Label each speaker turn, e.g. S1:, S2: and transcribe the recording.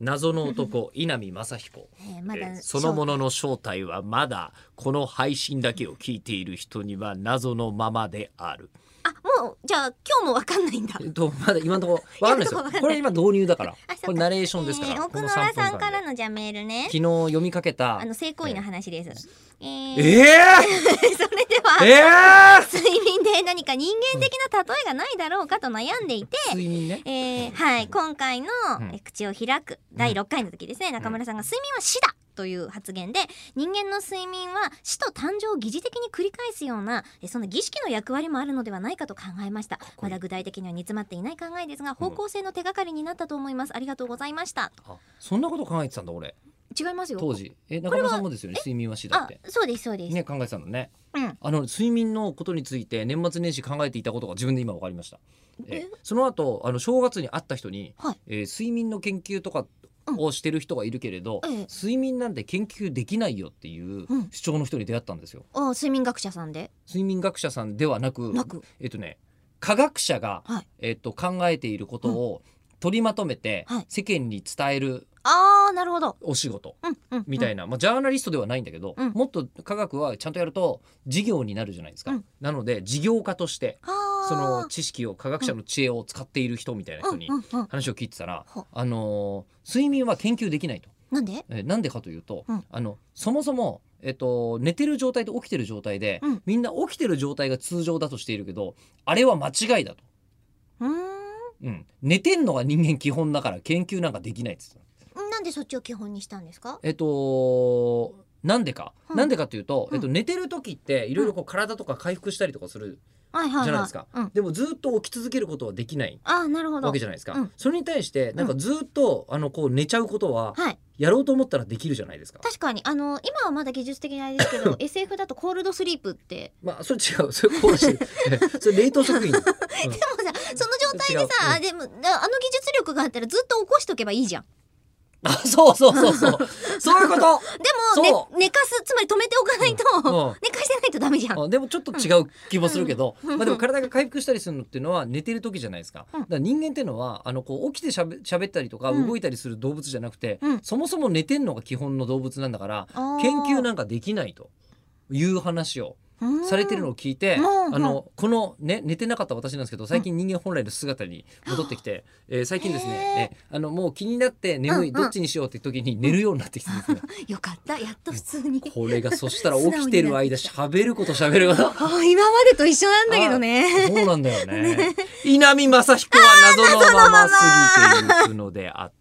S1: 謎の男稲見雅彦
S2: えーまだ
S1: そのものの正体はまだこの配信だけを聞いている人には謎のままである
S2: あもうじゃあ今日もわかんないんだ
S1: えっとまだ今のとこ ろわかんないですよ
S2: 今のところわかんない
S1: これ今導入だから
S2: あそっか
S1: これナレーションですから、
S2: えー奥
S1: こ
S2: 野
S1: の
S2: 原
S1: 3分
S2: さん
S1: 間
S2: か
S1: で
S2: らのじゃあメールね
S1: 昨日読みかけた
S2: あの性行為の話です、え
S1: ええ
S2: ー それで
S1: え
S2: は
S1: え
S2: 睡眠で何か人間的な例えがないだろうかと悩んでいて、
S1: 睡眠ね
S2: えーはい、今回の
S1: うん
S2: えー「口を開く」第6回の時ですね中村さんが「睡眠は死だ!」という発言で人間の睡眠は死と誕生を疑似的に繰り返すようなえーそんな儀式の役割もあるのではないかと考えました
S1: こい
S2: ま
S1: い
S2: だ具体的には煮詰まっていない考えですが方向性の手がかりになったと思いますありがとうございました
S1: あそんなこと考えてたんだ俺
S2: 違いますよ
S1: 当時え中村さんもですよね睡眠は死だっ
S2: あ
S1: て
S2: そうですそうです、
S1: ね考えてたのね
S2: うん
S1: あの睡眠のことについて年末年始考えていたことが自分で今分かりましたえ
S2: え
S1: その後あの正月に会った人に、
S2: はい
S1: えー睡眠の研究とかをしてる人がいるけれど、
S2: ええ
S1: 睡眠なんて研究できないよっていう
S2: うん
S1: 主張の人に出会ったんですよ
S2: あ睡眠学者さんで
S1: 睡眠学者さんではなく
S2: なく
S1: えっとね科学者が、
S2: はい
S1: えっと考えていることを取りまとめて、
S2: はい
S1: 世間に伝える
S2: あーなるほど
S1: お仕事
S2: うんうん
S1: みたいな、まあ、ジャーナリストではないんだけど、
S2: うん
S1: もっと科学はちゃんとやると事業になるじゃないですか、
S2: うん
S1: なので事業家としてそ
S2: そ
S1: の知識を科学者の知恵を使っている人みたいな人に
S2: うんうんうん、
S1: 話を聞いてたら、
S2: ほう
S1: あのー睡眠は研究できないと、
S2: なんで
S1: えーなんでかというと、
S2: うん
S1: あのそもそも、えっと寝てる状態と起きてる状態で、
S2: うん
S1: みんな起きてる状態が通常だとしているけどあれは間違いだと、
S2: うーん
S1: うん、寝てんのが人間基本だから研究なんかできないっつってた
S2: なんでそっちを基本にしたんですか
S1: えっとなんでか、
S2: うん
S1: なんでかというと、
S2: うん
S1: えっと、寝てる時っていろいろこう体とか回復したりとかする、
S2: はいはい、はい、
S1: じゃないですか
S2: うん、
S1: でもずっと起き続けることはできない
S2: ああなるほど
S1: わけじゃないですか、
S2: うん
S1: それに対してなんかずっと、あのこう寝ちゃうことは
S2: はい
S1: やろうと思ったらできるじゃないですか、
S2: 確かにあの今はまだ技術的にあれです けど SF だとコールドスリープって
S1: まあそれ違うそれこ うしてそれ冷凍食品
S2: でもさその状態でさ、でもああの技術力があったらずっと起こしとけばいいじゃん
S1: あそうそうそうそうそういうこ
S2: でも、
S1: そ
S2: ね、寝かすつまり止めておかないと、
S1: うんうん
S2: 寝かしてないとダメじゃん、
S1: とあでもちょっと違う気もするけど、まあ、でも体が回復したりするのっていうのは寝てる時じゃないですか,、
S2: うん
S1: だから人間っていうのはあのこう起きてしゃべ喋ったりとか
S2: うん
S1: 動いたりする動物じゃなくて、
S2: うん
S1: そもそも寝てんのが基本の動物なんだから
S2: あー
S1: 研究なんかできないという話を
S2: うん
S1: されてるのを聞いて、
S2: うん
S1: あのこのね寝てなかった私なんですけど最近人間本来の姿に戻ってきて、えー最近ですね、えあのもう気になって眠い、
S2: うんうん
S1: どっちにしようって時に寝るようになってきて ですね、
S2: よかったやっと普通に
S1: これがそしたら起きてる間喋ること喋る こと。
S2: あー今までと一緒なんだけどね
S1: そうなんだよね。稲見正彦は謎のまますぎていくのであっ